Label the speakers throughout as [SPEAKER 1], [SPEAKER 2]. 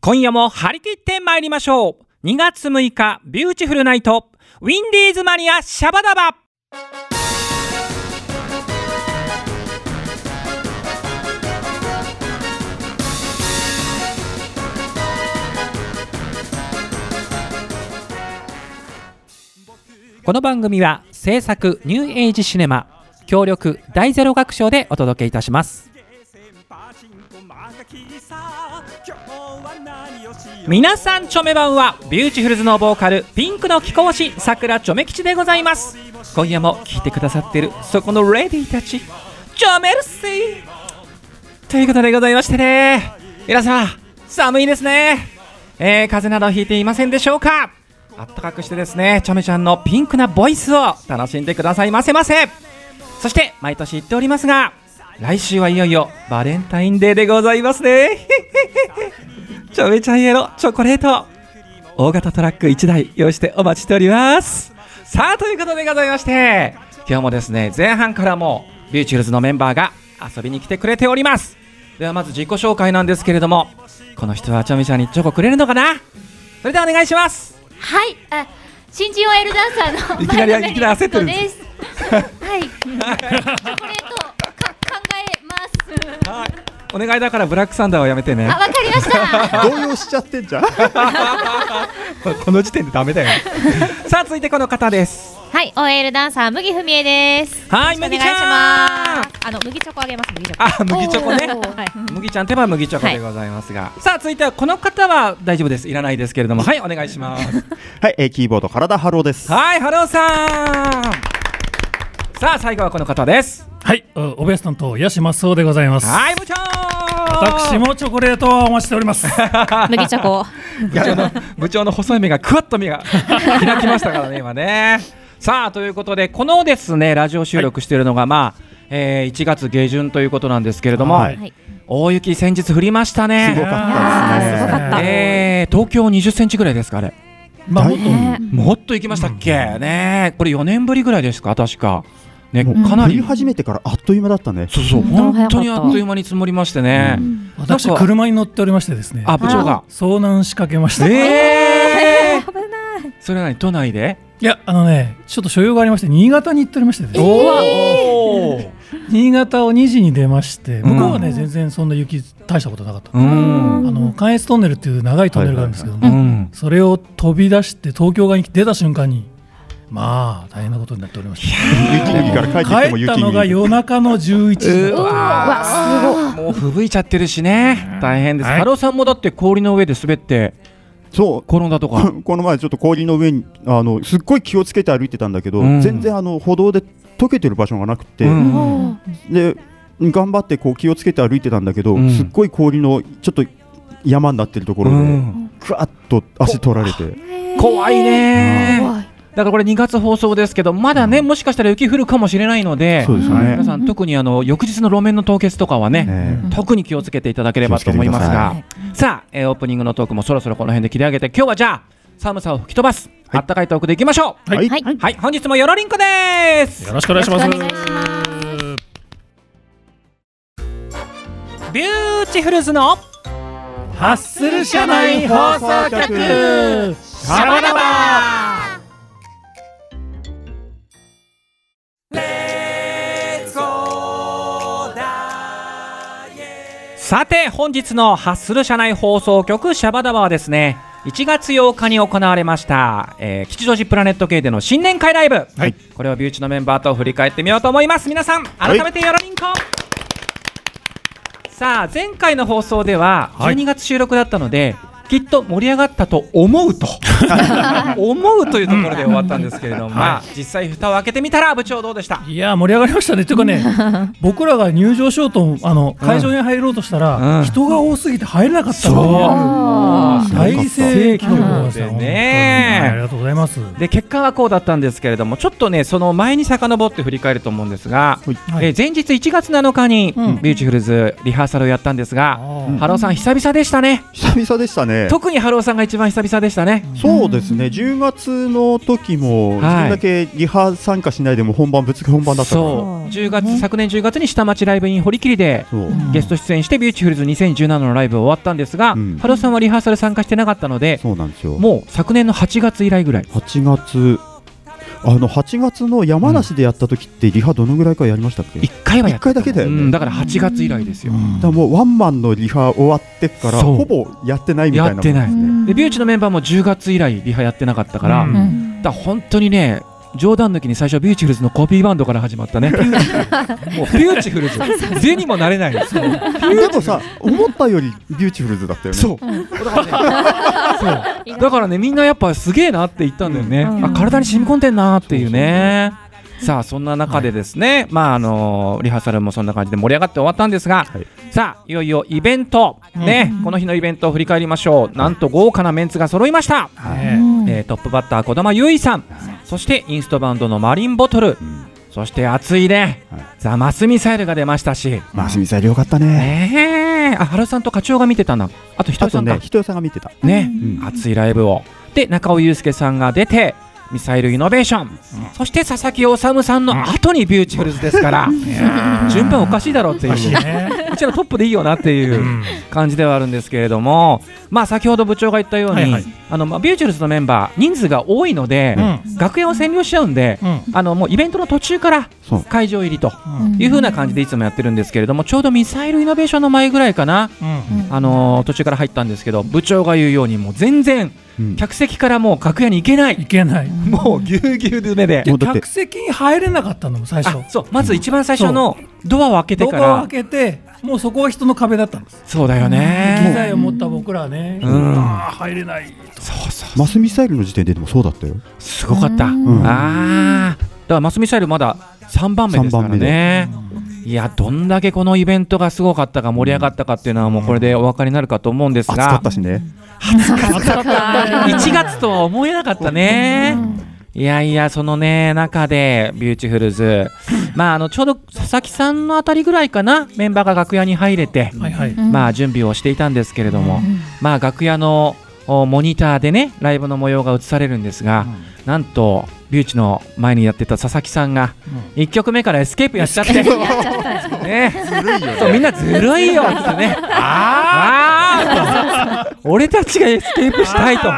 [SPEAKER 1] 今夜も張り切って参りましょう2月6日ビューティフルナイトウィンディーズマニアシャバダバこの番組は制作ニューエイジシネマ協力大ゼロ学賞でお届けいたします皆さんチョメ版はビューティフルズのボーカルピンクの貴公子さくらチョメ吉でございます今夜も聴いてくださってるそこのレディーたちチョメルシーということでございましてね皆さん寒いですね、えー、風邪などひいていませんでしょうかあったかくしてですねチョメちゃんのピンクなボイスを楽しんでくださいませませそして毎年言っておりますが来週はいよいよバレンタインデーでございますねチョメちゃんへのチョコレート大型トラック1台用意してお待ちしておりますさあということでございまして今日もですね前半からもうビューチュールズのメンバーが遊びに来てくれておりますではまず自己紹介なんですけれどもこの人はチョメちゃんにチョコくれるのかなそれではお願いします
[SPEAKER 2] はい、あ、新人 OL ダンサーの
[SPEAKER 1] いきなり
[SPEAKER 2] 前田
[SPEAKER 1] いきなり焦ってるんです
[SPEAKER 2] です。はい、チョコレートか考えます。
[SPEAKER 1] はい、お願いだからブラックサンダーはやめてね
[SPEAKER 2] あ、わ。かりま した。
[SPEAKER 3] 動揺しちゃってんじゃん
[SPEAKER 1] この時点でダメだよ。さあ続いてこの方です。
[SPEAKER 4] はい、OL ダンサー麦文江です。
[SPEAKER 1] はい、
[SPEAKER 4] よろし
[SPEAKER 1] 麦
[SPEAKER 4] くお
[SPEAKER 1] ちゃん。
[SPEAKER 4] 願いします。あの麦チョコあげます。麦チョコ。
[SPEAKER 1] あ、麦チョコ
[SPEAKER 4] お
[SPEAKER 1] ね。
[SPEAKER 4] ーはい
[SPEAKER 1] 麦ちゃんといえば麦チョコでございますが、さあ続いてはこの方は大丈夫です。いらないですけれども、はいお願いします。
[SPEAKER 3] はい、えー、キーボード体ハローです
[SPEAKER 1] はい、ハローさん。さあ最後はこの方です。
[SPEAKER 5] はい、おオベース担当八島そうでございます。
[SPEAKER 1] はい、部長。
[SPEAKER 5] 私。もチョコレートをお待ちしてお ります。
[SPEAKER 4] 麦チョコ。
[SPEAKER 1] 部長の 部長の細い目がクワッと目が開きましたからね今ね。さあということでこのですねラジオ収録しているのが、まあ、えー1月下旬ということなんですけれども、
[SPEAKER 5] はい
[SPEAKER 4] はい。
[SPEAKER 1] 大雪先日降りましたね。
[SPEAKER 3] すごかったですね
[SPEAKER 4] いやーすごかった
[SPEAKER 1] えー東京20センチぐらいですかあれ。
[SPEAKER 5] まあ、もっ
[SPEAKER 4] ね
[SPEAKER 1] もっと行きましたっけ、ねえこれ4年ぶりぐらいですか確か。ね
[SPEAKER 3] もう
[SPEAKER 1] かな
[SPEAKER 3] 降り
[SPEAKER 1] り。
[SPEAKER 3] 始めてからあっという間だったね
[SPEAKER 1] そうそう
[SPEAKER 4] 本当
[SPEAKER 1] 本当に
[SPEAKER 4] 早
[SPEAKER 1] あ
[SPEAKER 4] かった
[SPEAKER 1] っという間に積もりましてね。
[SPEAKER 5] と私車に乗っておりましてですね。
[SPEAKER 1] あ部長が。
[SPEAKER 5] 遭難しかけました。い
[SPEAKER 1] えー、危ない。それは何都内で？
[SPEAKER 5] や、あのね、ちょっと所用がありまして、新潟に行っておりましてですね。
[SPEAKER 1] おお。
[SPEAKER 5] 新潟を2時に出まして、
[SPEAKER 1] うん
[SPEAKER 5] 向こうはね、全然そんな雪大したことなかった。
[SPEAKER 1] う
[SPEAKER 5] あ
[SPEAKER 1] ん。
[SPEAKER 5] の関越トンネルっていう長いトンネルがあるんですけど
[SPEAKER 1] う
[SPEAKER 5] も、
[SPEAKER 1] ん。
[SPEAKER 5] それを飛び出して東京側に出た瞬間に、まあ大変なことになっておりました。
[SPEAKER 3] 雪国から帰ってきても
[SPEAKER 5] 帰っ
[SPEAKER 3] 雪
[SPEAKER 5] たのが
[SPEAKER 3] 国
[SPEAKER 5] 夜中の11時だっ
[SPEAKER 1] わすごいもう吹雪いちゃってるしね大変です、
[SPEAKER 5] はい
[SPEAKER 1] ハロさんもだって氷の上で滑って
[SPEAKER 3] そう
[SPEAKER 1] 転んだとか
[SPEAKER 3] ここの前ちょっと氷の上にあのすっごい気をつけて歩いてたんだけど、
[SPEAKER 1] うん
[SPEAKER 3] 全然あの歩道で溶けてる場所がなくて、
[SPEAKER 1] うん
[SPEAKER 3] で頑張ってこう気をつけて歩いてたんだけど、
[SPEAKER 1] うん
[SPEAKER 3] すっごい氷のちょっと山になってるところで、
[SPEAKER 1] うん
[SPEAKER 3] くわっと足取られて
[SPEAKER 1] 怖いね
[SPEAKER 2] 怖い
[SPEAKER 1] だからこれ2月放送ですけどまだねもしかしたら雪降るかもしれないので
[SPEAKER 3] そうですね、
[SPEAKER 1] 皆さん特にあの翌日の路面の凍結とかはね
[SPEAKER 3] ね
[SPEAKER 1] 特に気をつけていただければと思いますがさあ、えーオープニングのトークもそろそろこの辺で切り上げて今日はじゃあ寒さを吹き飛ばす、
[SPEAKER 3] はい
[SPEAKER 1] あったかいトークでいきましょ
[SPEAKER 5] はい
[SPEAKER 3] はい
[SPEAKER 4] はい。
[SPEAKER 1] うはい本日もよろりんこです
[SPEAKER 5] た。よろしくお願いします
[SPEAKER 4] よろしくお願いし。
[SPEAKER 1] ビューティフルズの
[SPEAKER 5] ハッスル
[SPEAKER 1] 社内放送局
[SPEAKER 5] シ
[SPEAKER 1] ャバダバさて本日のハッスル社内放送局シャバダバはですね1月8日に行われました、えー吉祥寺プラネット系での新年会ライブ、
[SPEAKER 3] はい
[SPEAKER 1] これをビューチのメンバーと振り返ってみようと思います皆さん改めてよろりんこ、さあ前回の放送では
[SPEAKER 5] はい
[SPEAKER 1] 12月収録だったので、きっと盛り上がったと思うと思うというところで終わったんですけれども、まあ実際蓋を開けてみたら部長どうでした
[SPEAKER 5] いやー盛り上がりましたね。というかね、僕らが入場しようとあの会場に入ろうとしたら、
[SPEAKER 1] うん
[SPEAKER 5] 人が多すぎて入れなかった
[SPEAKER 1] そう
[SPEAKER 5] の
[SPEAKER 1] あー
[SPEAKER 3] すごかった
[SPEAKER 5] 大盛況で
[SPEAKER 1] うんねえ
[SPEAKER 5] ありがとうございます。
[SPEAKER 1] で結果はこうだったんですけれどもちょっとねその前に遡って振り返ると思うんですが、
[SPEAKER 5] はい
[SPEAKER 1] えー前日1月7日に、
[SPEAKER 5] うん
[SPEAKER 1] ビューティフルズリハーサルをやったんです
[SPEAKER 5] あ
[SPEAKER 1] が、
[SPEAKER 5] ー
[SPEAKER 1] ハローさん久々でしたね、
[SPEAKER 3] 久々でしたね。
[SPEAKER 1] 特にハローさんが一番久々でしたね、
[SPEAKER 3] そうですね、10月の時も、
[SPEAKER 1] はい
[SPEAKER 3] 自分だけリハ参加しないでも本番、ぶっつけ本番だったから、
[SPEAKER 1] そう10月、昨年10月に下町ライブイン堀切で
[SPEAKER 3] そう
[SPEAKER 5] うん
[SPEAKER 1] ゲスト出演してビューティフルズ2017のライブ終わったんですが、
[SPEAKER 3] うん
[SPEAKER 1] ハローさんはリハーサル参加してなかったので
[SPEAKER 3] そうなんですよ。
[SPEAKER 1] もう昨年の8月以来ぐらい
[SPEAKER 3] 8月あの8月の山梨でやった時ってリハどのぐらいからやりましたっけ、だか
[SPEAKER 1] 1回はやった
[SPEAKER 3] 一回だけだよね
[SPEAKER 1] うんだから8月以来ですよ、
[SPEAKER 3] らもうワンマンのリハ終わってから
[SPEAKER 1] そう
[SPEAKER 3] ほぼやってないみたいな
[SPEAKER 1] やってないでビューチのメンバーも10月以来リハやってなかったから、
[SPEAKER 5] うん
[SPEAKER 1] だから本当にね冗談抜きに最初はビューチフルズのコピーバンドから始まった ねもうビューチフルズ銭もなれないそう
[SPEAKER 3] でもさ思ったよりビューティフルズだったよね
[SPEAKER 1] そうだからねみんなやっぱすげえなって言ったんだよね、
[SPEAKER 4] うん
[SPEAKER 1] あ体に染み込んでんなっていうねさあそんな中でですね、まああのリハーサルもそんな感じで盛り上がって終わったんですが、
[SPEAKER 3] はい
[SPEAKER 1] さあいよいよイベント、ねこの日のイベントを振り返りましょうなんと豪華なメンツが揃いました、
[SPEAKER 5] ね
[SPEAKER 1] えートップバッター児玉優衣さん、そしてインストバンドのマリンボトル、
[SPEAKER 3] ん
[SPEAKER 1] そして熱いね、
[SPEAKER 3] はい
[SPEAKER 1] ザ・マスミサイルが出ましたし、
[SPEAKER 3] まあすみさんよかったね
[SPEAKER 1] ねえあ原さんと課長が見てたなあとひと
[SPEAKER 3] あ
[SPEAKER 1] りさ
[SPEAKER 3] と
[SPEAKER 1] んか
[SPEAKER 3] ね人さんが見てた
[SPEAKER 1] ね、
[SPEAKER 3] うん
[SPEAKER 1] 熱いライブをで中尾祐介さんが出てミサイルイノベーション、そして佐々木修さんの後にビューチフルズですから、 順番おかしいだろうっていう
[SPEAKER 5] 嬉しいね。
[SPEAKER 1] うちらトップでいいよなっていうう。
[SPEAKER 5] ん
[SPEAKER 1] 感じではあるんですけれども、まあ、先ほど部長が言ったように、
[SPEAKER 5] はいはい
[SPEAKER 1] あのまあ、ビューチュルズのメンバー人数が多いので、
[SPEAKER 5] うん
[SPEAKER 1] 楽屋を占領しちゃうんで、
[SPEAKER 5] うん
[SPEAKER 1] あのもうイベントの途中から
[SPEAKER 3] そう
[SPEAKER 1] 会場入りと
[SPEAKER 5] うん
[SPEAKER 1] いう風な感じでいつもやってるんですけれどもちょうどミサイルイノベーションの前ぐらいかな、
[SPEAKER 5] うん
[SPEAKER 1] あのー途中から入ったんですけど部長が言うようにもう全然
[SPEAKER 3] うん
[SPEAKER 1] 客席からもう楽屋に行けない、
[SPEAKER 5] いけない。
[SPEAKER 1] もうぎゅうぎゅう詰めで
[SPEAKER 5] で
[SPEAKER 3] もうだって
[SPEAKER 5] 客席に入れなかったのも最
[SPEAKER 1] あ。
[SPEAKER 5] 初
[SPEAKER 1] そうまず一番最初のドアを開けて
[SPEAKER 5] 動
[SPEAKER 1] か
[SPEAKER 5] 画を
[SPEAKER 1] ら
[SPEAKER 5] 開けて、もうそこは人の壁だったんです。
[SPEAKER 1] そうだよ
[SPEAKER 5] 機
[SPEAKER 1] ね
[SPEAKER 5] 材を持った僕らはね、
[SPEAKER 1] うん
[SPEAKER 5] ああ入れない。
[SPEAKER 1] そうそう
[SPEAKER 3] マスミサイルの時点ででもそうだったよ
[SPEAKER 1] すごかった、
[SPEAKER 3] ん
[SPEAKER 1] ああだからマスミサイルまだ3番目ですから
[SPEAKER 3] 三番目
[SPEAKER 1] ねいやどんだけこのイベントがすごかったか盛り上がったかっていうのはもうこれでお分かりになるかと思うんです
[SPEAKER 3] 暑か
[SPEAKER 1] が
[SPEAKER 3] ったしね
[SPEAKER 1] 1月とは思えなかったねいやいやそのね中でビューティフルズまああのちょうど佐々木さんのあたりぐらいかなメンバーが楽屋に入れて
[SPEAKER 5] はいはい。
[SPEAKER 1] まあ準備をしていたんですけれどもまあ楽屋のおモニターでねライブの模様が映されるんですが、なんとビューチの前にやってた佐々木さんが1曲目からエスケープやっちゃって、ね、そうみんなずるいよっつってねあーあ俺たちがエスケープしたいと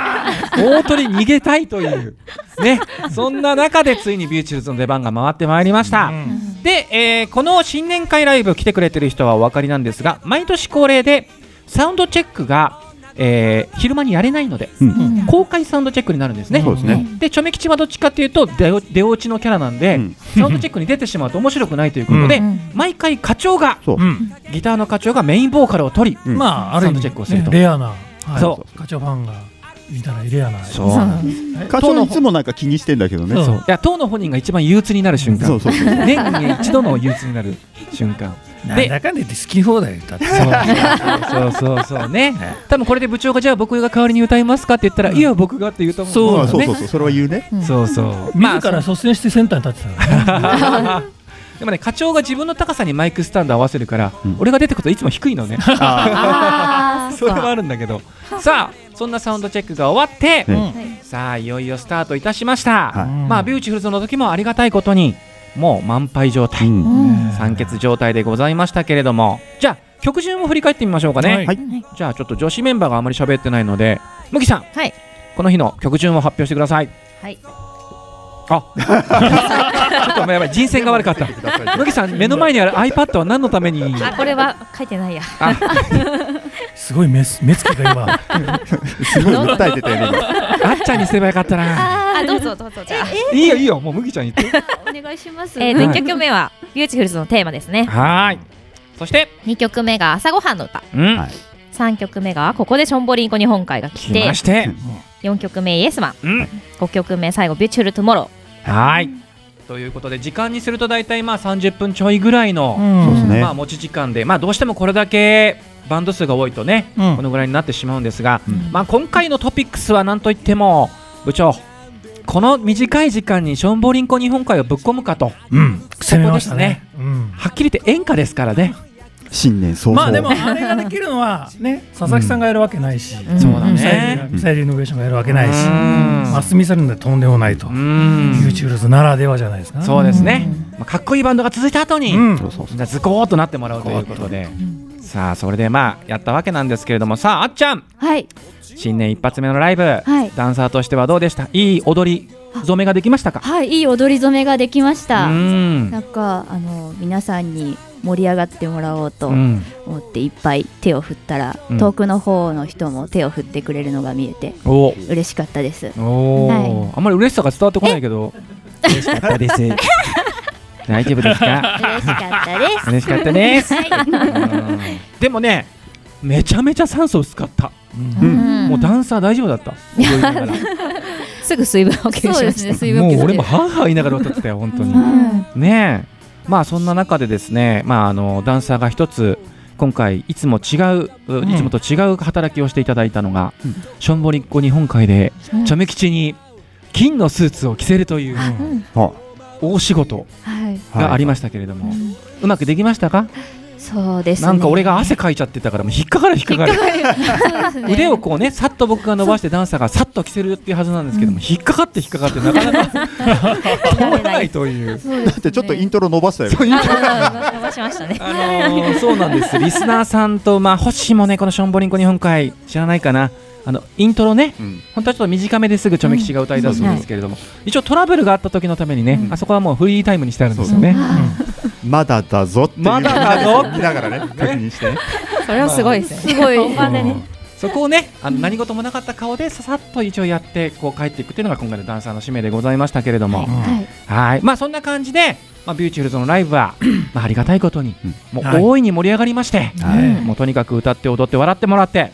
[SPEAKER 1] 大鳥逃げたいというねそんな中でついにビューチュルズの出番が回ってまいりました、で、えーこの新年会ライブ来てくれてる人はお分かりなんですが毎年恒例でサウンドチェックが、えー昼間にやれないので、
[SPEAKER 3] うん
[SPEAKER 1] 公開サウンドチェックになるんですね。
[SPEAKER 3] そうですね
[SPEAKER 1] でチョメ吉はどっちかっていうと出お出落ちのキャラなんで、
[SPEAKER 3] うん
[SPEAKER 1] サウンドチェックに出てしまうと面白くないということで、
[SPEAKER 5] う
[SPEAKER 1] 毎回課長が
[SPEAKER 3] そう
[SPEAKER 5] うん
[SPEAKER 1] ギターの課長がメインボーカルを取り、
[SPEAKER 3] うん
[SPEAKER 5] まあある
[SPEAKER 1] サ
[SPEAKER 5] 意
[SPEAKER 1] ウンド
[SPEAKER 5] 味
[SPEAKER 1] チェックをすると
[SPEAKER 5] ねレアな、はい
[SPEAKER 1] そ
[SPEAKER 5] 課長ファンが見たらレアな。
[SPEAKER 1] そう
[SPEAKER 5] はい
[SPEAKER 3] 課長いつもなんか気にしてんだけどね
[SPEAKER 5] そう
[SPEAKER 1] いや当の本人が一番憂鬱になる瞬間
[SPEAKER 3] そうそうそう
[SPEAKER 1] 年に一度の憂鬱になる瞬間
[SPEAKER 5] なんだかんだ言って好き放題歌って。
[SPEAKER 1] そうそうそう ね多分これで部長がじゃあ僕が代わりに歌いますかって言ったら、いや僕がって言うと思う
[SPEAKER 5] そう
[SPEAKER 3] まあ
[SPEAKER 1] だ
[SPEAKER 3] そう
[SPEAKER 1] ね
[SPEAKER 3] そうそうそれは言うね
[SPEAKER 1] そうそうまあ
[SPEAKER 5] 自ら率先してセンターに 立ってたからね。
[SPEAKER 1] でもね課長が自分の高さにマイクスタンド合わせるから、
[SPEAKER 3] うん
[SPEAKER 1] 俺が出てくるといつも低いのね
[SPEAKER 2] あー
[SPEAKER 1] それはあるんだけどさあそんなサウンドチェックが終わって、
[SPEAKER 3] ね
[SPEAKER 1] さあいよいよスタートいたしました、
[SPEAKER 3] はい
[SPEAKER 5] うん
[SPEAKER 1] まあビューチフルズの時もありがたいことにもう満杯状態、
[SPEAKER 3] うん
[SPEAKER 1] 酸欠状態でございましたけれどもじゃあ曲順を振り返ってみましょうかね、
[SPEAKER 5] はい
[SPEAKER 3] はい
[SPEAKER 1] じゃあちょっと女子メンバーがあまり喋ってないので麦さん、
[SPEAKER 4] はい
[SPEAKER 1] この日の曲順を発表してください
[SPEAKER 4] はい
[SPEAKER 1] あ ちょっとやばい人選が悪かった麦さん目の前にある iPad は何のために
[SPEAKER 4] あこれは書いてないや。
[SPEAKER 5] すごい目す目つきが今。
[SPEAKER 3] すごい訴えてたよね
[SPEAKER 1] あっちゃんにすればよかったな
[SPEAKER 4] あどうぞどうぞじゃあ。
[SPEAKER 1] いいよいいよもう麦ちゃんに言って
[SPEAKER 2] お願いします
[SPEAKER 4] えっと一曲目はビューティフルズのテーマですね。
[SPEAKER 1] はーいそして
[SPEAKER 4] 二曲目が朝ごはんの歌。
[SPEAKER 1] うん、
[SPEAKER 3] はい
[SPEAKER 4] 三曲目がここでしょんぼりんこ日本海が来
[SPEAKER 1] 来
[SPEAKER 4] て
[SPEAKER 1] ま。して
[SPEAKER 4] 四曲目イエスマン。
[SPEAKER 1] うん
[SPEAKER 4] 五曲目最後ビューティフルトゥモロ
[SPEAKER 1] はいということで時間にすると大体まあ30分ちょいぐらいの、
[SPEAKER 5] ん
[SPEAKER 3] 今ね
[SPEAKER 1] まあ持ち時間で、まあ、どうしてもこれだけバンド数が多いとね、
[SPEAKER 5] うん
[SPEAKER 1] このぐらいになってしまうんですが、
[SPEAKER 3] うん
[SPEAKER 1] まあ、今回のトピックスはなんといっても部長この短い時間にションボリンコ日本海をぶっ込むかと
[SPEAKER 5] うん、攻めましたね。うん
[SPEAKER 1] はっきり言って演歌ですからね、
[SPEAKER 3] 新年早々
[SPEAKER 5] まあでもあれができるのはね佐々木さんがやるわけないし、
[SPEAKER 4] うんそうだ
[SPEAKER 1] ね
[SPEAKER 5] サイリーイノベーションがやるわけないし、
[SPEAKER 1] うん
[SPEAKER 5] マスミサルのとんでもないと、
[SPEAKER 1] う
[SPEAKER 5] ユ
[SPEAKER 1] ん
[SPEAKER 5] ーチュールズならではじゃないですか。
[SPEAKER 1] そうですね、まあ、かっこいいバンドが続いた後に、
[SPEAKER 5] うん
[SPEAKER 3] そうそうそう
[SPEAKER 1] じゃあズコーっとなってもらうということで、さあそれでまあやったわけなんですけれどもさああっちゃん
[SPEAKER 2] はい
[SPEAKER 1] 新年一発目のライブ、
[SPEAKER 2] い
[SPEAKER 1] ダンサーとしてはどうでしたいい踊り染めができましたか
[SPEAKER 2] はいいい踊り染めができまし
[SPEAKER 1] う
[SPEAKER 2] た
[SPEAKER 1] ん
[SPEAKER 2] なんかあの皆さんに盛り上がってもらおうと
[SPEAKER 1] うん
[SPEAKER 2] 思っていっぱい手を振ったら、
[SPEAKER 1] うん
[SPEAKER 2] 遠くの方の人も手を振ってくれるのが見えて
[SPEAKER 1] お
[SPEAKER 2] 嬉しかったです
[SPEAKER 1] おー、
[SPEAKER 2] は
[SPEAKER 1] あんまり嬉しさが伝わってこないけど嬉しかった です大丈夫ですか
[SPEAKER 2] 嬉しかったです
[SPEAKER 1] 嬉しかったです、
[SPEAKER 2] はい
[SPEAKER 1] うんでもねめちゃめちゃ酸素薄かった、
[SPEAKER 5] うん
[SPEAKER 3] うん
[SPEAKER 1] もうダンサー大丈夫だった踊りながら
[SPEAKER 4] すぐ水分補給しま
[SPEAKER 2] そうで
[SPEAKER 4] し
[SPEAKER 2] す
[SPEAKER 4] た
[SPEAKER 2] ね水分
[SPEAKER 1] も
[SPEAKER 2] 補給
[SPEAKER 1] う俺もハーハー言いながら歌ってたよ本当に
[SPEAKER 2] うん
[SPEAKER 1] ねえまあそんな中でですね、まあ、あのダンサーが一つ今回いつも違う、う
[SPEAKER 5] うん
[SPEAKER 1] いつもと違う働きをしていただいたのが、
[SPEAKER 3] うん
[SPEAKER 1] ションボリッコ日本海で
[SPEAKER 4] うん
[SPEAKER 1] チョメ吉に金のスーツを着せるという
[SPEAKER 3] は
[SPEAKER 1] 大仕事
[SPEAKER 2] はい
[SPEAKER 1] がありましたけれども、
[SPEAKER 2] うん
[SPEAKER 1] うまくできましたか
[SPEAKER 2] そうですね
[SPEAKER 1] なんか俺が汗かいちゃってたからもう引っかかる引っかかる
[SPEAKER 2] そうですね
[SPEAKER 1] 腕をこうねさっと僕が伸ばしてダンサーがさっと着せるっていうはずなんですけども、引っかかって引っかかってなかなか通らないという。
[SPEAKER 2] そう
[SPEAKER 3] いだってちょっとイントロ伸ばしたよ
[SPEAKER 1] そういう
[SPEAKER 4] あ伸ばしましたね。
[SPEAKER 1] あのーそうなん です、リスナーさんと、まあ、星もね、このションボリンコ日本海、知らないかな、あのイントロね、
[SPEAKER 3] うん
[SPEAKER 1] 本当はちょっと短めですぐ、ちょめ吉が歌い出すんですけれども、一応トラブルがあった時のためにね、あそこはもうフリータイムにしてあるんですよね。
[SPEAKER 3] まだだぞっていう
[SPEAKER 1] まだだぞ
[SPEAKER 3] 見ながらね確認してね
[SPEAKER 4] それはすご いですね。
[SPEAKER 2] すごい
[SPEAKER 1] そこをね、あの何事もなかった顔でささっと一応やってこう帰っていくっていうのが今回のダンサーの使命でございましたけれども、
[SPEAKER 2] はい
[SPEAKER 1] はい、まあそんな感じで、まあビューチュールズのライブはまあありがたいことに
[SPEAKER 3] うん、
[SPEAKER 1] もう
[SPEAKER 5] はい
[SPEAKER 1] 大いに盛り上がりまして、
[SPEAKER 5] ね
[SPEAKER 1] もうとにかく歌って踊って笑ってもらって、
[SPEAKER 3] はい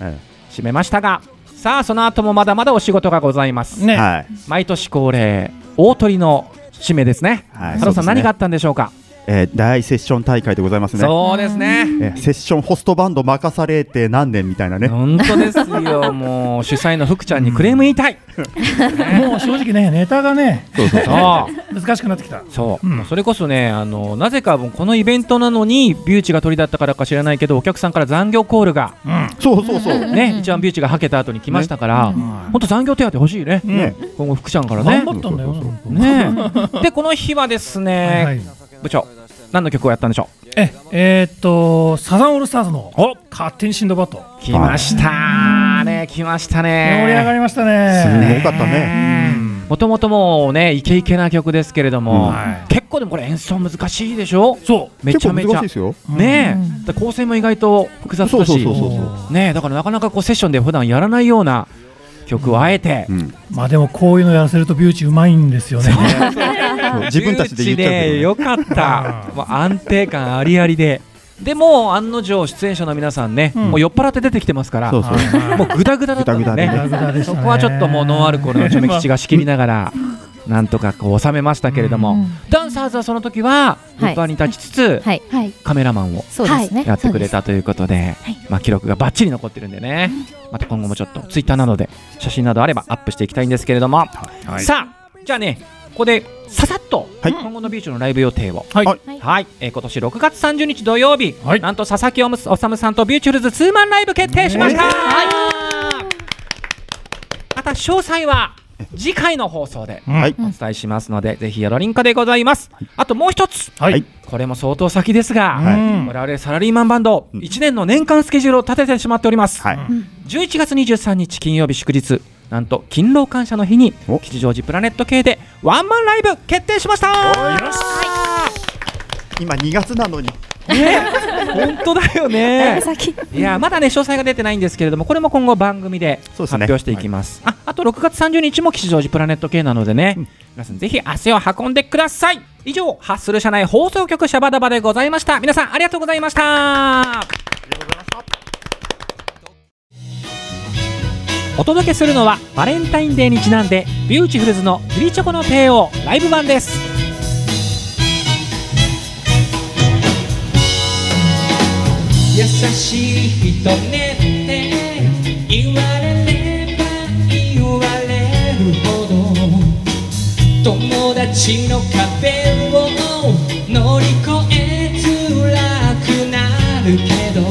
[SPEAKER 1] 締めましたがさあその後もまだまだお仕事がございます
[SPEAKER 5] ね、
[SPEAKER 3] はい
[SPEAKER 1] 毎年恒例大鳥の締めですね
[SPEAKER 3] はい
[SPEAKER 1] 太郎さん
[SPEAKER 3] そうですね
[SPEAKER 1] 何があったんでしょうか
[SPEAKER 3] えー大セッション大会でございますね
[SPEAKER 1] そうですね
[SPEAKER 3] えーセッションホストバンド任されて何年みたいなね
[SPEAKER 1] 本当ですよもう主催の福ちゃんにクレーム言いたい
[SPEAKER 5] もう正直ねネタがね
[SPEAKER 3] そうそう
[SPEAKER 1] そう
[SPEAKER 5] 難しくなってきた。
[SPEAKER 1] そう、
[SPEAKER 5] うん
[SPEAKER 1] それこそねあのなぜかもうこのイベントなのにビューチが取りだったからか知らないけどお客さんから残業コールが
[SPEAKER 5] うん
[SPEAKER 3] そうそうそう
[SPEAKER 1] ね、一番ビューチがはけた後に来ましたから、本当残業手当欲しいね、
[SPEAKER 5] うん
[SPEAKER 3] ね
[SPEAKER 1] 今後福ちゃんからね
[SPEAKER 5] 頑張ったんだよ。
[SPEAKER 3] そうそう
[SPEAKER 1] ねでこの日はですね、
[SPEAKER 5] はいはい
[SPEAKER 1] 部長何の曲をやったんでしょう
[SPEAKER 5] ええーっとサザンオールスターズの
[SPEAKER 1] お
[SPEAKER 5] 勝手にシンドバッド
[SPEAKER 1] 来ましたね来ましたね
[SPEAKER 5] 盛り上がりました
[SPEAKER 3] すご
[SPEAKER 5] ね。
[SPEAKER 3] かったね
[SPEAKER 1] もともともうねイケイケな曲ですけれども、
[SPEAKER 3] うん
[SPEAKER 5] はい
[SPEAKER 1] 結構でもこれ演奏難しいでしょ
[SPEAKER 5] そ
[SPEAKER 1] めちゃめ
[SPEAKER 3] 結構
[SPEAKER 1] ちゃ
[SPEAKER 3] 難しいですよ
[SPEAKER 5] う。
[SPEAKER 1] ねえ、だから構成も意外と複雑だし
[SPEAKER 3] そうそうそうそう
[SPEAKER 1] ねえだからなかなかこうセッションで普段やらないような曲をあえて、
[SPEAKER 3] うん
[SPEAKER 5] まあでもこういうのやらせるとビューチうまいんですよね。
[SPEAKER 3] そう自分たちで言っちゃうけど
[SPEAKER 1] う
[SPEAKER 3] ね
[SPEAKER 1] よかった
[SPEAKER 5] うん
[SPEAKER 1] もう安定感ありありででも案の定出演者の皆さんね、
[SPEAKER 5] うん
[SPEAKER 1] もう酔っ払って出てきてますから
[SPEAKER 3] そうそう
[SPEAKER 1] もうグダグダだったんだよね
[SPEAKER 3] グダ
[SPEAKER 5] グダでした
[SPEAKER 1] そ
[SPEAKER 5] ね
[SPEAKER 1] こはちょっともうノンアルコールのチョメ吉が仕切りながら なんとかこう収めましたけれども、
[SPEAKER 4] うん
[SPEAKER 1] ダンサーズはその時は
[SPEAKER 4] は
[SPEAKER 1] 物
[SPEAKER 4] い
[SPEAKER 1] 販に立ちつつ、
[SPEAKER 4] はい、
[SPEAKER 2] はい
[SPEAKER 1] カメラマンを
[SPEAKER 4] そうですね。
[SPEAKER 1] やってくれたということで、
[SPEAKER 2] はい
[SPEAKER 1] まあ、記録がバッチリ残ってるんでねまた今後もちょっとツイッターなどで写真などあればアップしていきたいんですけれども、さあじゃあねここでささっと
[SPEAKER 3] はい
[SPEAKER 1] 今後のビーチのライブ予定を、
[SPEAKER 5] はい
[SPEAKER 3] はい
[SPEAKER 2] はい
[SPEAKER 1] はい、えー今年6月30日土曜日、
[SPEAKER 5] はい
[SPEAKER 1] なんと佐々木おむす修さんとビューチュルズツーマンライブ決定しました、
[SPEAKER 5] ね
[SPEAKER 1] また詳細は次回の放送で
[SPEAKER 5] うん
[SPEAKER 3] はい
[SPEAKER 1] お伝えしますので、ぜひヤドリンカでございますあともう一つ
[SPEAKER 5] はい。
[SPEAKER 1] これも相当先ですが、
[SPEAKER 3] はい
[SPEAKER 5] うん
[SPEAKER 1] 我々サラリーマンバンド
[SPEAKER 3] うん
[SPEAKER 1] 1年の年間スケジュールを立ててしまっております、
[SPEAKER 3] はい
[SPEAKER 1] 11月23日金曜日祝日なんと勤労感謝の日に
[SPEAKER 3] お
[SPEAKER 1] 吉祥寺プラネット系でワンマンライブ決定しました
[SPEAKER 5] よし
[SPEAKER 3] 今2月なのに
[SPEAKER 1] ね、本当だよね。いや、まだね、詳細が出てないんですけれども、これも今後番組で
[SPEAKER 3] そうで
[SPEAKER 1] 発
[SPEAKER 3] すね
[SPEAKER 1] 表していきます。あ、あと6月30日も吉祥寺プラネット系なのでね、皆さんぜひ汗を運んでください。以上、ハッスル社内放送局シャバダバでございました。皆さんありがとうございました。お届けするのはバレンタインデーにちなんでビューティフルズの「ビリチョコの帝王」ライブ版です「喜優しい人ねって言われれば言われるほど友達の壁を乗り越えづらくなるけど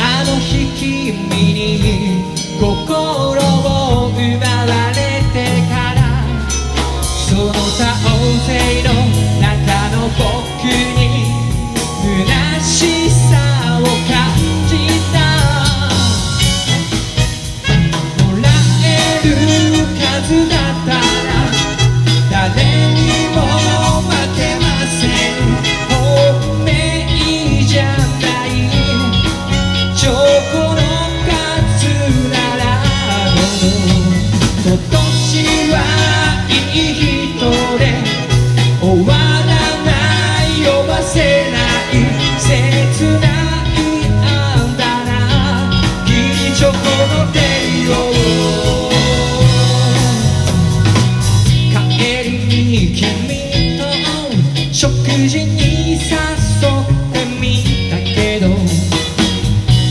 [SPEAKER 1] あの日君に心を奪われてからその他大勢の中の僕に虚しさを感じたもらえる数だったら誰にも負けません本命じゃないチョコの数ならほど今年はいい人で終わらない呼ばせない切ないあんだな義理チョコの手を帰りに君と食事に誘ってみたけど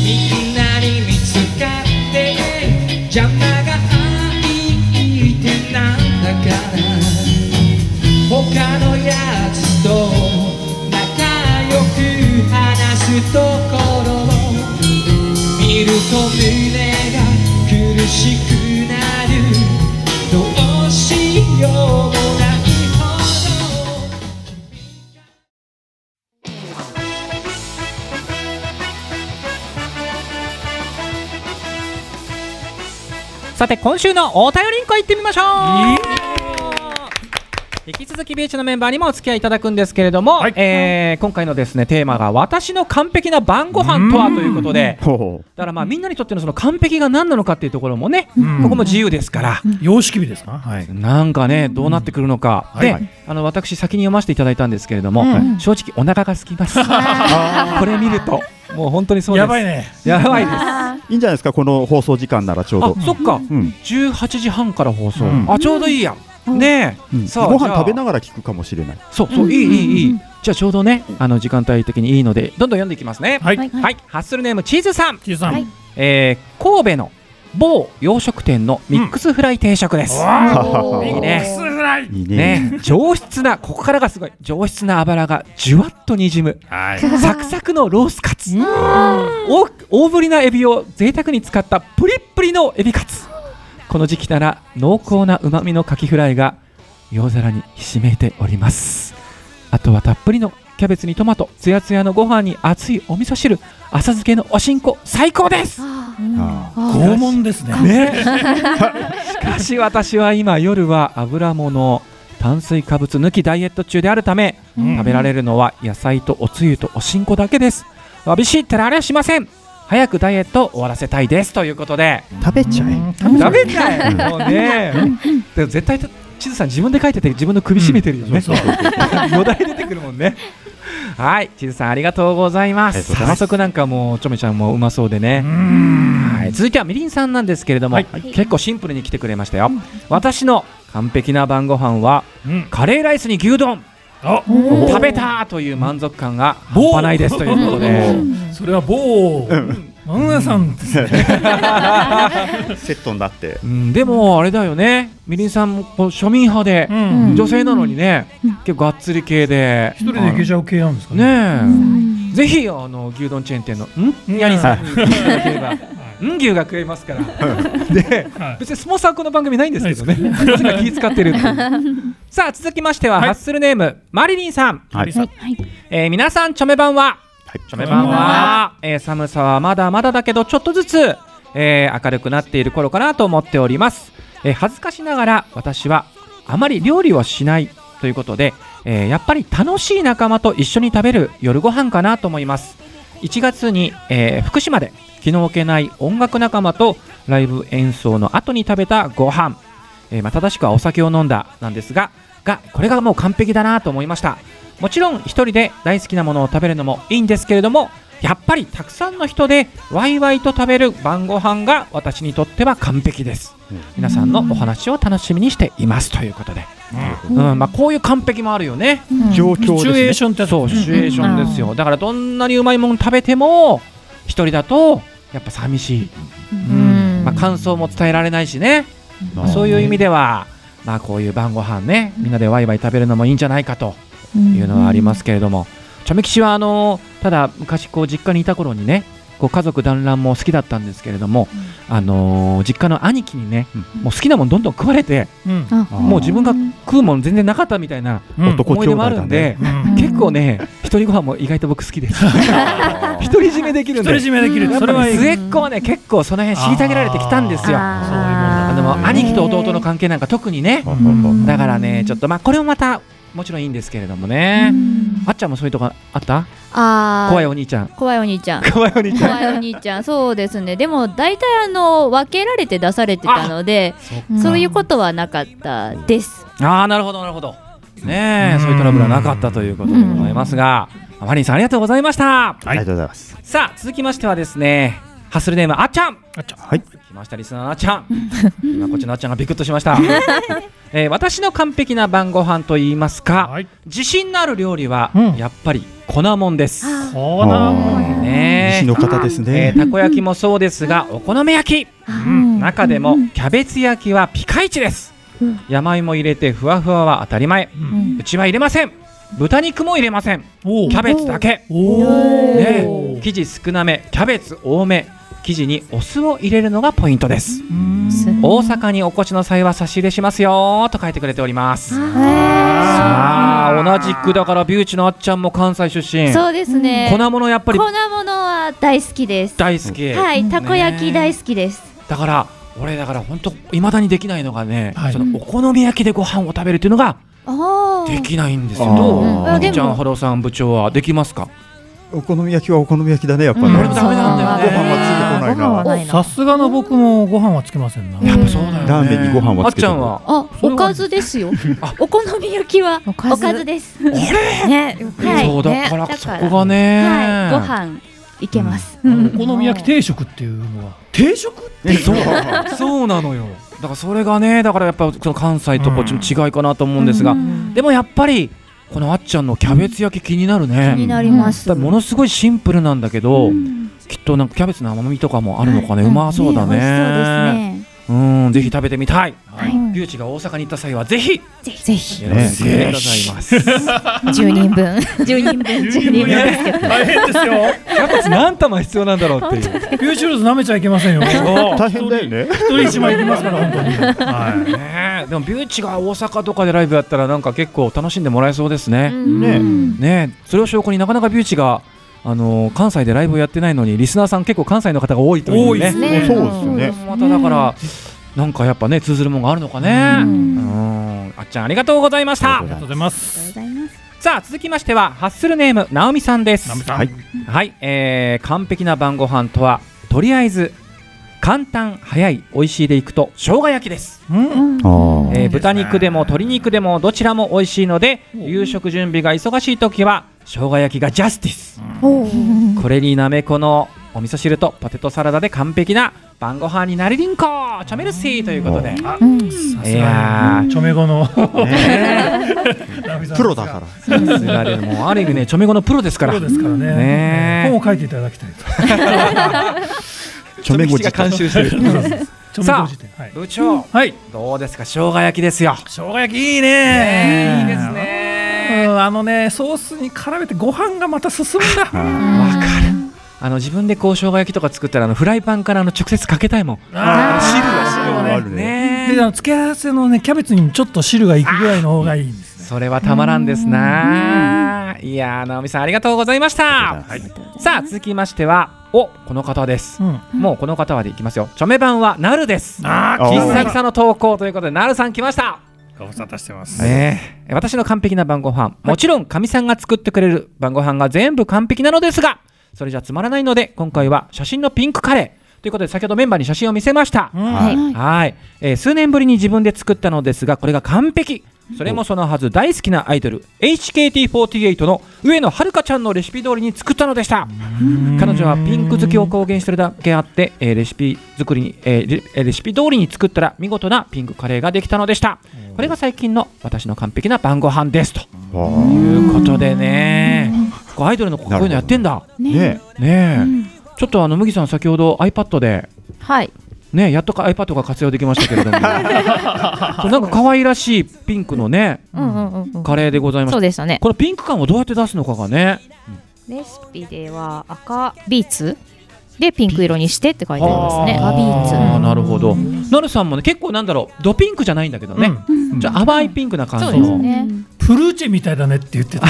[SPEAKER 1] みんなに見つかって邪魔がいてなんだから他のやつと仲良く話すところを見ると胸が苦しくなるどうしようもないほどさて今週のお便りんこ行ってみましょう引き続きビーチのメンバーにもお付き合いいただくんですけれども、
[SPEAKER 5] はい
[SPEAKER 1] えー今回のですねテーマが私の完璧な晩ご飯とはということで
[SPEAKER 3] ほ
[SPEAKER 1] だからまあみんなにとってのその完璧が何なのかっていうところもね、
[SPEAKER 5] うん
[SPEAKER 1] ここも自由ですから、
[SPEAKER 5] 様式日ですか。はい。
[SPEAKER 1] なんかねどうなってくるのか、
[SPEAKER 5] うん
[SPEAKER 1] で、
[SPEAKER 5] はい
[SPEAKER 1] あの私先に読ませていただいたんですけれども、
[SPEAKER 4] うん
[SPEAKER 1] 正直お腹が空きますこれ見るともう本当にそうです
[SPEAKER 5] やばいね。
[SPEAKER 1] やばいですあ
[SPEAKER 3] ういいんじゃないですかこの放送時間ならちょうど
[SPEAKER 1] そっか、
[SPEAKER 3] うん
[SPEAKER 1] 18時半から放送、
[SPEAKER 5] うん
[SPEAKER 1] あちょうどいいやんねえ、
[SPEAKER 3] うん
[SPEAKER 1] さあ
[SPEAKER 3] ご
[SPEAKER 1] じゃ
[SPEAKER 3] 飯
[SPEAKER 1] あ
[SPEAKER 3] 食べながら聞くかもしれない
[SPEAKER 1] そうそう、いいいいいいじゃあちょうどねあの時間帯的にいいのでどんどん読んでいきますね
[SPEAKER 5] はい。
[SPEAKER 4] はい
[SPEAKER 1] はい、ハッスルネームチーズさん、
[SPEAKER 5] キーさん。
[SPEAKER 4] はい
[SPEAKER 1] えー、神戸の某洋食店のミックスフライ定食です、
[SPEAKER 5] わ
[SPEAKER 4] お
[SPEAKER 5] あ。
[SPEAKER 4] ー
[SPEAKER 1] いいね
[SPEAKER 5] すぐない。
[SPEAKER 3] いい
[SPEAKER 1] ね、上質なここからがすごい上質な油がじゅわっとにじむ
[SPEAKER 5] はい。
[SPEAKER 1] サクサクのロースカツ大大ぶりなエビを贅沢に使ったプリップリのエビカツこの時期なら濃厚な旨味のカキフライが洋皿にひしめいておりますあとはたっぷりのキャベツにトマトつやつやのご飯に熱いお味噌汁浅漬けのおしんこ最高です
[SPEAKER 2] あ
[SPEAKER 3] あ
[SPEAKER 2] ー
[SPEAKER 5] 拷問ですね。
[SPEAKER 1] ね、しかし私は今夜は油物炭水化物抜きダイエット中であるため、
[SPEAKER 5] うん
[SPEAKER 1] 食べられるのは野菜とおつゆとおしんこだけですわびしいってられはしません早くダイエットを終わらせたいですということで
[SPEAKER 3] ー食べちゃえ
[SPEAKER 1] 食べたいもうねでも絶対地図さん自分で書いてて自分の首絞めてるよね、
[SPEAKER 5] そうそう。
[SPEAKER 1] よだれ出てくるもんねはい地図さんありがとうございま
[SPEAKER 3] あ
[SPEAKER 1] す
[SPEAKER 3] りがとうございます
[SPEAKER 1] 早速なんかもうちょめちゃんもうまそうでね、はい、続いてはみりんさんなんですけれども、
[SPEAKER 5] はい
[SPEAKER 1] 結構シンプルに来てくれましたよ、私の完璧な晩ご飯は
[SPEAKER 5] うん。
[SPEAKER 1] カレーライスに牛丼
[SPEAKER 5] あ、
[SPEAKER 4] お
[SPEAKER 1] 食べたという満足感が半端ないですということで
[SPEAKER 5] それは某漫画さんですね。
[SPEAKER 3] セットになって
[SPEAKER 1] うんでもあれだよねみりんさんもこう庶民派で
[SPEAKER 5] う、
[SPEAKER 4] ん
[SPEAKER 5] ん。
[SPEAKER 1] 女性なのにね結構がっつり系で
[SPEAKER 5] 一人でいけちゃう系なんですかね。
[SPEAKER 1] ねえぜひあの牛丼チェーン店のんヤニさんに牛が食えばん牛が食えますからで
[SPEAKER 5] はい
[SPEAKER 1] 別にスポンサーこの番組ないんですけどね、
[SPEAKER 5] な
[SPEAKER 1] こっちが気使ってるって いうさあ続きましては、
[SPEAKER 5] はい
[SPEAKER 1] ハッスルネームマリリンさん、
[SPEAKER 3] はい
[SPEAKER 5] はい
[SPEAKER 1] えー皆さんチョメ版は
[SPEAKER 3] はい
[SPEAKER 1] チョメ版は、えー寒さはまだまだだけどちょっとずつ、えー明るくなっている頃かなと思っております、えー恥ずかしながら私はあまり料理をしないということで、えーやっぱり楽しい仲間と一緒に食べる夜ご飯かなと思います1月に、えー福島で気の置けない音楽仲間とライブ演奏の後に食べたご飯、えーまあ、正しくはお酒を飲んだなんですががこれがもう完璧だなと思いましたもちろん一人で大好きなものを食べるのもいいんですけれどもやっぱりたくさんの人でワイワイと食べる晩ご飯が私にとっては完璧です、
[SPEAKER 3] うん
[SPEAKER 1] 皆さんのお話を楽しみにしていますということで、うんまあ、こういう完璧もあるよね
[SPEAKER 3] 状況
[SPEAKER 5] シチュエ
[SPEAKER 3] で
[SPEAKER 5] ー
[SPEAKER 3] すね
[SPEAKER 5] ションってやつ
[SPEAKER 1] そうシチュエーションですよだからどんなにうまいもの食べても一人だとやっぱ寂しい、
[SPEAKER 4] ん
[SPEAKER 1] まあ、感想も伝えられないしね、まあそういう意味では、まあ、こういう晩ご飯ねみんなでワイワイ食べるのもいいんじゃないかというのはありますけれども、チョメキシはあのただ昔こう実家にいた頃にねこう家族団らんも好きだったんですけれども、あのー実家の兄貴にね、もう好きなもんどんどん食われて
[SPEAKER 5] うん
[SPEAKER 4] あ
[SPEAKER 3] あー
[SPEAKER 1] もう自分が食うもん全然なかったみたいな
[SPEAKER 5] うん
[SPEAKER 3] 男
[SPEAKER 1] 思い出
[SPEAKER 3] 兄弟
[SPEAKER 1] もある
[SPEAKER 3] だ
[SPEAKER 1] んで
[SPEAKER 3] ね、
[SPEAKER 5] うん
[SPEAKER 1] 結構ね独りご飯も意外と僕好きです 独り占めできるん
[SPEAKER 5] 独
[SPEAKER 1] で
[SPEAKER 5] り占めできる
[SPEAKER 1] やっ
[SPEAKER 5] そ
[SPEAKER 1] ぱ
[SPEAKER 5] れはい
[SPEAKER 1] ね末
[SPEAKER 5] い
[SPEAKER 1] っ子はね結構その辺虐げられてきたんですよあ
[SPEAKER 5] そういうも
[SPEAKER 1] の
[SPEAKER 5] んだ
[SPEAKER 4] ー
[SPEAKER 5] うん
[SPEAKER 1] 兄貴と弟の関係なんか特にね
[SPEAKER 4] うん
[SPEAKER 1] だからねちょっとまあこれもまたもちろんいいんですけれどもねあっちゃんもそういうとこあった
[SPEAKER 2] あー
[SPEAKER 1] 怖いお兄ちゃん
[SPEAKER 4] 怖いお兄ちゃん。
[SPEAKER 1] 怖いお兄ちゃん
[SPEAKER 4] 怖いお兄ちゃん。そうですね。でも大体あの分けられて出されてたので、そういうことはなかったです。
[SPEAKER 1] ああなるほどなるほどねえ
[SPEAKER 5] うん
[SPEAKER 1] そういうトラブルはなかったということでございますがマリンさんありがとうございました
[SPEAKER 3] ありがとうございます。
[SPEAKER 1] さあ続きましてはですねハッスルネームあっちゃん
[SPEAKER 5] あっちゃ
[SPEAKER 3] はい。
[SPEAKER 1] 来ましたリスナーのあっちゃん 今こっちのあっちゃんがビクッとしま した、えー私の完璧な晩ご飯と言いますか、
[SPEAKER 5] はい
[SPEAKER 1] 自信のある料理は
[SPEAKER 5] うん
[SPEAKER 1] やっぱり粉もんです、
[SPEAKER 5] こうなもん
[SPEAKER 3] あー
[SPEAKER 1] ね
[SPEAKER 3] 西の方です
[SPEAKER 1] え
[SPEAKER 3] ね
[SPEAKER 1] ー。たこ焼きもそうですがお好み焼き中でもキャベツ焼きはピカイチです、山芋入れてふわふわは当たり前、
[SPEAKER 5] う
[SPEAKER 1] うんちは入れません豚肉も入れません
[SPEAKER 5] お
[SPEAKER 1] キャベツだけ、
[SPEAKER 5] お
[SPEAKER 1] ね
[SPEAKER 5] ー
[SPEAKER 1] え、生地少なめキャベツ多め生地にお酢を入れるのがポイントです大阪にお越しの際は差し入れしますよと書いてくれておりますさあ同じくだからビューチのあっちゃんも関西出身
[SPEAKER 2] そうですね。
[SPEAKER 1] 粉物やっぱり
[SPEAKER 2] 粉物は大好きです。
[SPEAKER 1] 大好き、
[SPEAKER 2] はい、たこ焼き大好きです。
[SPEAKER 1] だから俺だから本当いまだにできないのがね、
[SPEAKER 5] はい
[SPEAKER 1] そのお好み焼きでご飯を食べるっていうのが
[SPEAKER 2] あ
[SPEAKER 1] できないんですよ
[SPEAKER 3] あー
[SPEAKER 1] どう
[SPEAKER 3] うん
[SPEAKER 1] お
[SPEAKER 2] あで
[SPEAKER 1] 兄
[SPEAKER 2] も
[SPEAKER 1] ちゃんハローさん部長はできますか
[SPEAKER 3] お好み焼きはお好み焼きだね、やっぱ
[SPEAKER 1] うん
[SPEAKER 3] ね。
[SPEAKER 1] 俺もダメなんだよね
[SPEAKER 3] ご飯はついてこないな。
[SPEAKER 4] ない
[SPEAKER 5] さすがの僕もご飯はつけませんな
[SPEAKER 1] やっぱそうだよね
[SPEAKER 3] ラーメンにご飯
[SPEAKER 1] あ
[SPEAKER 3] は
[SPEAKER 1] っ
[SPEAKER 3] つけ
[SPEAKER 1] ち
[SPEAKER 3] て
[SPEAKER 1] ゃ
[SPEAKER 3] る
[SPEAKER 1] んは
[SPEAKER 2] あ、
[SPEAKER 5] それ
[SPEAKER 2] お
[SPEAKER 5] は
[SPEAKER 2] かずですよ
[SPEAKER 1] あ。
[SPEAKER 2] お好み焼きは
[SPEAKER 4] お
[SPEAKER 2] お
[SPEAKER 4] かず
[SPEAKER 2] かずです。
[SPEAKER 4] ね、はい
[SPEAKER 1] そうだ
[SPEAKER 4] ね
[SPEAKER 1] から
[SPEAKER 4] だ
[SPEAKER 1] そ
[SPEAKER 4] から
[SPEAKER 1] こがね、
[SPEAKER 2] はい、ご飯いけます。
[SPEAKER 5] お好み焼き定食っていうのは
[SPEAKER 1] 定食
[SPEAKER 3] え
[SPEAKER 1] そう
[SPEAKER 3] そう
[SPEAKER 1] そうなのよだからそれがねだからやっぱその関西とこっちの違いかなと思うんですが、でもやっぱりこのあっちゃんのキャベツ焼き気になるね、
[SPEAKER 2] になります。
[SPEAKER 1] だからものすごいシンプルなんだけど、
[SPEAKER 2] うん
[SPEAKER 1] きっとなんかキャベツの甘みとかもあるのかね、うまそうだね
[SPEAKER 2] ね
[SPEAKER 1] うんぜひ食べてみたい、
[SPEAKER 5] はい
[SPEAKER 1] ビューチが大阪に行った際はぜひよ
[SPEAKER 4] ぜひ
[SPEAKER 1] ろしくお願いいたします、
[SPEAKER 4] 十人分、十人分、十人分ですけど。
[SPEAKER 5] 大変ですよ
[SPEAKER 1] キャベツ何玉必要なんだろうっていう
[SPEAKER 5] ビューチュールズ舐めちゃいけま せんよ
[SPEAKER 3] 大変だよね。
[SPEAKER 5] 一人一枚いきますから本当には
[SPEAKER 1] ねえでもビューチが大阪とかでライブやったらなんか結構楽しんでもらえそうです
[SPEAKER 2] う
[SPEAKER 1] ね、
[SPEAKER 2] ん
[SPEAKER 3] ね
[SPEAKER 1] ねえそれを証拠になかなかビューチがあのー関西でライブをやってないのにリスナーさん結構関西の方が多いというね
[SPEAKER 5] 多いです
[SPEAKER 3] ねそうですよね
[SPEAKER 1] まただから、なんかやっぱね通ずるもんがあるのかねう
[SPEAKER 4] うん
[SPEAKER 1] んあっちゃんありがとうございました
[SPEAKER 3] あり
[SPEAKER 5] ありがとうございます
[SPEAKER 1] さあ続きましてはハッスルネームなおみさんです
[SPEAKER 5] ナミさん
[SPEAKER 3] はい。
[SPEAKER 1] はい、えー完璧な晩ご飯とはとりあえず簡単早い美味しいでいくと生姜焼きです、
[SPEAKER 5] うん
[SPEAKER 3] あー
[SPEAKER 1] えー
[SPEAKER 5] いいですね
[SPEAKER 1] 豚肉でも鶏肉でもどちらも美味しいので夕食準備が忙しい時は生姜焼きがジャスティスこれになめこのお味噌汁とポテトサラダで完璧な晩ご飯になりりんこチャメルシーということで
[SPEAKER 5] あさ
[SPEAKER 1] い
[SPEAKER 5] す
[SPEAKER 1] や
[SPEAKER 5] が
[SPEAKER 1] ー
[SPEAKER 5] チョメ語の
[SPEAKER 3] ね プロだ
[SPEAKER 5] ら
[SPEAKER 3] から。
[SPEAKER 1] さすがでもうある意味ねチョメ語のプロですか
[SPEAKER 5] プ
[SPEAKER 1] ら
[SPEAKER 5] ロですからね
[SPEAKER 1] ね
[SPEAKER 5] 本を書いていただきたいと
[SPEAKER 3] チョメゴジ
[SPEAKER 1] が監修してる
[SPEAKER 5] チョメ語辞典はい
[SPEAKER 1] 部長
[SPEAKER 5] はい
[SPEAKER 1] どうですか生姜焼きですよ
[SPEAKER 5] 生姜焼きいいね
[SPEAKER 1] いいです
[SPEAKER 5] う
[SPEAKER 1] ね
[SPEAKER 5] んあのねソースに絡めてご飯がまた進むん だ
[SPEAKER 1] わかるあの自分でこう生姜焼きとか作ったらあのフライパンからあの直接かけたいもん
[SPEAKER 5] あー
[SPEAKER 3] 汁は汁をね
[SPEAKER 5] ね
[SPEAKER 1] ね
[SPEAKER 5] で
[SPEAKER 1] え
[SPEAKER 5] あの付け合わせのねキャベツにちょっと汁がいくぐらいの方がいいんですね
[SPEAKER 1] それはたまらんですないやー直美さんありがとうございました
[SPEAKER 3] はい。
[SPEAKER 1] さあ続きましてはおこの方です
[SPEAKER 5] うん
[SPEAKER 1] もうこの方はでいきますよチョメ版はなるです
[SPEAKER 5] あ
[SPEAKER 3] あ
[SPEAKER 5] ー
[SPEAKER 3] ー
[SPEAKER 1] 喫茶さんの投稿ということでなるさん来ました
[SPEAKER 5] ご無沙汰してます
[SPEAKER 1] ねえ私の完璧な晩ご飯もちろんかみさんが作ってくれる晩ご飯が全部完璧なのですがそれじゃつまらないので今回は写真のピンクカレーということで先ほどメンバーに写真を見せました、
[SPEAKER 5] うん
[SPEAKER 3] はい。
[SPEAKER 1] はい、えー数年ぶりに自分で作ったのですがこれが完璧それもそのはず大好きなアイドル HKT48 の上野遥ちゃんのレシピ通りに作ったのでした彼女はピンク好きを公言してるだけあって、えーレシピ作りに、えーレえーレシピ通りに作ったら見事なピンクカレーができたのでしたこれが最近の私の完璧な晩ご飯ですと
[SPEAKER 3] あ
[SPEAKER 1] いうことでねアイドルの子こういうのやってんだ
[SPEAKER 3] ーね
[SPEAKER 1] ねえ、
[SPEAKER 2] うん
[SPEAKER 1] ちょっとあの麦さん先ほど iPad で
[SPEAKER 4] はい
[SPEAKER 1] ねやっとか iPad が活用できましたけ れどもそうなんか可愛らしいピンクのね
[SPEAKER 4] うんうんうんうん
[SPEAKER 1] カレーでございました
[SPEAKER 4] そうでしたね
[SPEAKER 1] このピンク感をどうやって出すのかがね
[SPEAKER 4] レシピでは赤ビーツでピンク色にしてって書いてありますね。
[SPEAKER 1] あ
[SPEAKER 4] 赤ビーツ。
[SPEAKER 1] あーなるほどなるさんもね結構なんだろうドピンクじゃないんだけどね、
[SPEAKER 5] うん
[SPEAKER 1] じゃあ淡いピンクな感
[SPEAKER 4] そう
[SPEAKER 1] じ
[SPEAKER 4] です
[SPEAKER 1] の
[SPEAKER 4] ね。
[SPEAKER 5] プルーチェみたいだねって言ってた。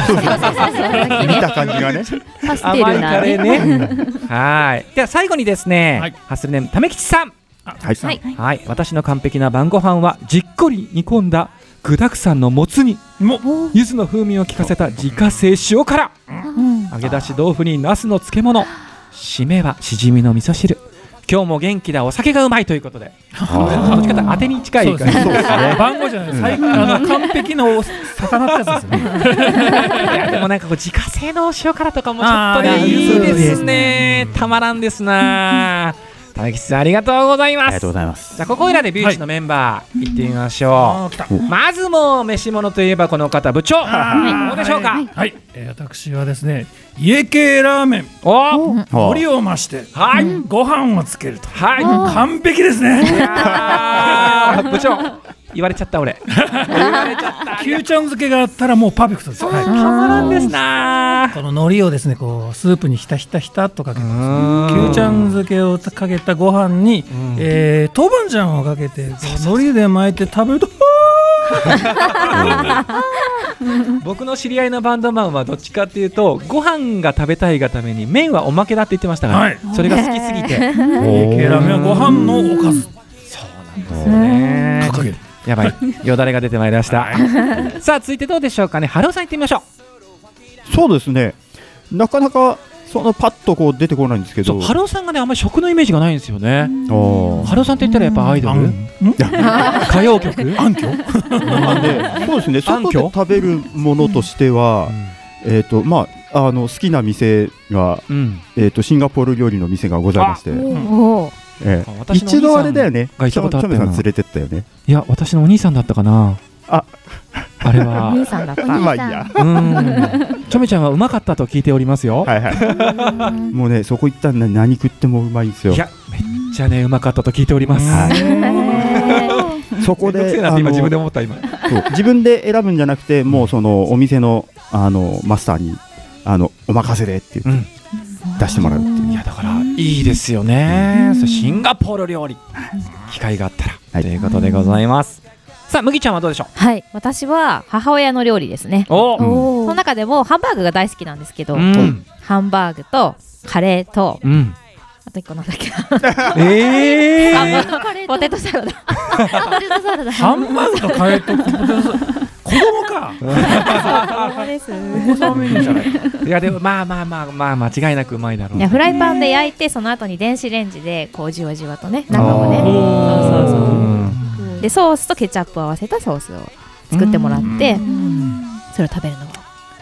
[SPEAKER 3] 見た感じがね
[SPEAKER 4] パス
[SPEAKER 1] 甘
[SPEAKER 4] テル
[SPEAKER 1] いカ
[SPEAKER 4] な
[SPEAKER 1] レー
[SPEAKER 4] ね。
[SPEAKER 1] ね はーいでは最後にですね、
[SPEAKER 5] はい
[SPEAKER 1] ハッスルネームためきちさん
[SPEAKER 3] はい
[SPEAKER 5] さん
[SPEAKER 4] はい
[SPEAKER 1] はい私の完璧な晩ご飯はじっくり煮込んだ具沢山のもつに
[SPEAKER 5] も
[SPEAKER 1] 柚子の風味を効かせた自家製塩辛揚げ出し豆腐にナスの漬物締めはしじみの味噌汁今日も元気だお酒がうまいということでどっちかというと当てに近
[SPEAKER 5] そう
[SPEAKER 1] い
[SPEAKER 5] で
[SPEAKER 1] か
[SPEAKER 5] す
[SPEAKER 1] ら
[SPEAKER 5] ね。そうですね 番号じゃない。最あの完璧のお魚ってやつですね。
[SPEAKER 1] いやでもなんかこう自家製のお塩辛とかもちょっと
[SPEAKER 5] あー
[SPEAKER 1] ねい
[SPEAKER 5] い
[SPEAKER 1] い
[SPEAKER 5] い
[SPEAKER 1] で
[SPEAKER 5] ですね
[SPEAKER 1] すねたまらんですな田中さんありがとうござい
[SPEAKER 3] あ
[SPEAKER 1] ま
[SPEAKER 3] りが
[SPEAKER 1] す
[SPEAKER 3] とう
[SPEAKER 1] じ
[SPEAKER 3] ございます
[SPEAKER 1] ゃあここいらでビューチのメンバー行ってみまし
[SPEAKER 5] あ
[SPEAKER 1] ょ
[SPEAKER 5] あ来た。
[SPEAKER 1] うまずもう飯物といえばこの方部長どうでしょうか
[SPEAKER 5] はい、はいえー私はですね家系ラーメン
[SPEAKER 1] お
[SPEAKER 3] あー
[SPEAKER 5] 盛りを増して
[SPEAKER 1] はい
[SPEAKER 5] ご飯をつけると
[SPEAKER 1] はい
[SPEAKER 5] 完璧ですね
[SPEAKER 1] あー部長言われちゃった俺言われちゃった
[SPEAKER 5] キューちゃん漬けがあったらもうパーフェクトですよ、はい
[SPEAKER 1] たまらんですな
[SPEAKER 5] この海苔をですねこうスープにひたひたひたっとかけてですね
[SPEAKER 1] うん
[SPEAKER 5] キューちゃん漬けをかけたご飯に、えー豆板醤をかけてこう海苔で巻いて食べると
[SPEAKER 1] 僕の知り合いのバンドマンはどっちかっていうとご飯が食べたいがために麺はおまけだって言ってましたから、
[SPEAKER 5] はい
[SPEAKER 1] それが好きすぎて
[SPEAKER 5] 家系ラーメンはご飯のおかず
[SPEAKER 1] ね
[SPEAKER 5] 掲げる
[SPEAKER 1] やばいよだれが出てまいりました さあ続いてどうでしょうかね春尾さん行ってみましょう
[SPEAKER 3] そうですねなかなかそのパッとこう出てこないんですけ
[SPEAKER 1] そう
[SPEAKER 3] ど
[SPEAKER 1] 春尾さんがねあんまり食のイメージがないんですよね
[SPEAKER 3] お
[SPEAKER 1] 春尾さんって言ったらやっぱアイド
[SPEAKER 5] あん
[SPEAKER 1] ル
[SPEAKER 5] ん
[SPEAKER 1] 歌謡曲
[SPEAKER 5] 暗渠
[SPEAKER 3] なんでそうですね
[SPEAKER 1] 暗
[SPEAKER 3] 外
[SPEAKER 1] 渠
[SPEAKER 3] で食べるものとしては、えっ、とまああの好きな店が
[SPEAKER 1] うん
[SPEAKER 3] えっ、とシンガポール料理の店がございまして、
[SPEAKER 4] おお。
[SPEAKER 3] え
[SPEAKER 1] あ
[SPEAKER 3] え
[SPEAKER 1] 私のお兄さん
[SPEAKER 3] 一度あれだよね
[SPEAKER 1] が行っ
[SPEAKER 3] チ
[SPEAKER 1] た
[SPEAKER 3] ョ
[SPEAKER 1] ことあった
[SPEAKER 3] チ
[SPEAKER 1] よ
[SPEAKER 3] ョメ
[SPEAKER 1] な
[SPEAKER 3] さん連れてったよね
[SPEAKER 1] いや私のお兄さんだったかな
[SPEAKER 3] あ
[SPEAKER 1] あれ は
[SPEAKER 4] 兄さんだった。
[SPEAKER 2] お兄さん
[SPEAKER 3] まあいいや
[SPEAKER 1] うんちょめちゃんはうまかったと聞いておりますよ。
[SPEAKER 3] はいはいもうねそこ行ったらね何食ってもうまいんですよ
[SPEAKER 1] いや、めっちゃね、うまかったと聞いております。
[SPEAKER 3] は
[SPEAKER 4] へ
[SPEAKER 3] いそこ
[SPEAKER 1] めんどくせえ
[SPEAKER 3] で
[SPEAKER 1] なっ
[SPEAKER 3] あ
[SPEAKER 1] て今
[SPEAKER 3] の
[SPEAKER 1] 自分で思った今。
[SPEAKER 3] そう自分で選ぶんじゃなくてもうそのお店のあのマスターにあのお任せでって言って
[SPEAKER 1] うん
[SPEAKER 3] 出してもらうっていう、
[SPEAKER 1] いやだからいいですよね。そうシンガポール料理機会があったら、
[SPEAKER 3] はい
[SPEAKER 1] ということでございます。さあ麦ちゃんはどうでしょう。
[SPEAKER 6] はい、私は母親の料理ですね。
[SPEAKER 1] お
[SPEAKER 3] うん
[SPEAKER 6] その中でもハンバーグが大好きなんですけど、
[SPEAKER 1] うん
[SPEAKER 6] ハンバーグとカレーと、
[SPEAKER 1] うん。
[SPEAKER 6] あと一個なんだっけな、
[SPEAKER 1] え え
[SPEAKER 6] あ
[SPEAKER 1] ー。
[SPEAKER 4] カレーと
[SPEAKER 6] ポテトサラダ。
[SPEAKER 4] ポテトサラダ。
[SPEAKER 5] ハンバーグとカレーとポテトサラダ子供か
[SPEAKER 6] そうです。
[SPEAKER 5] お子様メニューじゃない
[SPEAKER 1] いやでもまあまあまあまあ間違いなくうまいだろう。
[SPEAKER 6] いやフライパンで焼いてその後に電子レンジでこうじわじわとね
[SPEAKER 1] あー
[SPEAKER 6] 中をねそうそうそう
[SPEAKER 1] うん
[SPEAKER 6] でソースとケチャップを合わせたソースを作ってもらってそれを食べるのが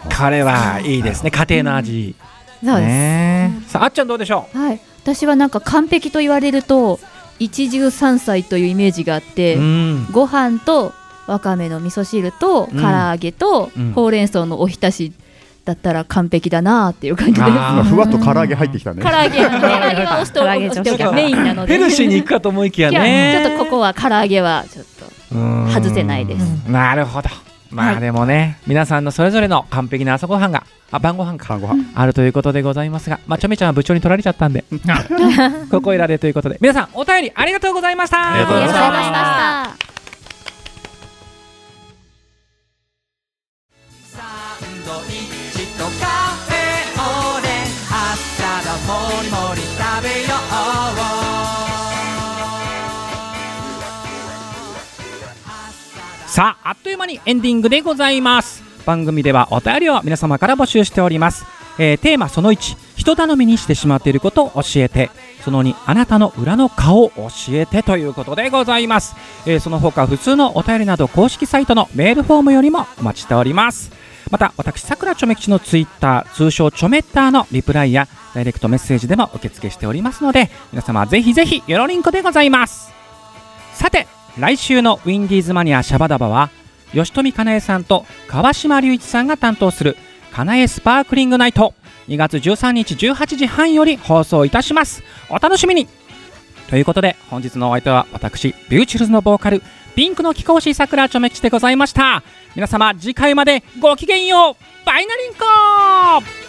[SPEAKER 1] カレーはいいですね家庭の味。
[SPEAKER 6] そうです、
[SPEAKER 1] ねえさああっちゃんどうでしょう。
[SPEAKER 4] はい。私はなんか完璧と言われると一汁三菜というイメージがあって、
[SPEAKER 1] うん
[SPEAKER 4] ご飯とわかめの味噌汁と唐揚げと、
[SPEAKER 1] うん
[SPEAKER 4] ほうれん草のおひたしだったら完璧だなっていう感じです。
[SPEAKER 1] あ
[SPEAKER 3] 今ふわっと唐揚げ入ってきたね
[SPEAKER 4] 唐揚げ、唐揚げは押しと
[SPEAKER 6] 唐揚げ
[SPEAKER 4] 押しと
[SPEAKER 6] ちょっと
[SPEAKER 4] メインなので。
[SPEAKER 1] ヘルシーに行くかと思いきや
[SPEAKER 4] いや
[SPEAKER 1] ね。
[SPEAKER 4] ちょっとここは唐揚げはちょっと外せないです。
[SPEAKER 1] うんなるほど。まあでもね、皆さんのそれぞれの完璧な朝ごはんが、あ晩ご飯か
[SPEAKER 3] 晩ご飯
[SPEAKER 1] あるということでございますが、まあちょめちゃんは部長に取られちゃったんで、ここいらでということで、皆さんお便りありがとうございました。
[SPEAKER 3] ありがとうございました
[SPEAKER 4] ありがとうございました。
[SPEAKER 1] さああっという間にエンディングでございます番組ではお便りを皆様から募集しておりますえーテーマその1人頼みにしてしまっていることを教えてその2あなたの裏の顔を教えてということでございます、えーその他普通のお便りなど公式サイトのメールフォームよりもお待ちしておりますまた私さくらちょめ吉のツイッター通称ちょめッターのリプライやダイレクトメッセージでも受付しておりますので皆様ぜひぜひよろりんこでございますさて来週のウィンディーズマニアシャバダバは吉富かなえさんと川島隆一さんが担当するかなえスパークリングナイト2月13日18時半より放送いたしますお楽しみにということで本日のお相手は私ビューチュルズのボーカルピンクの貴公子さくらちょめきちでございました皆様次回までごきげんようバイナリンコ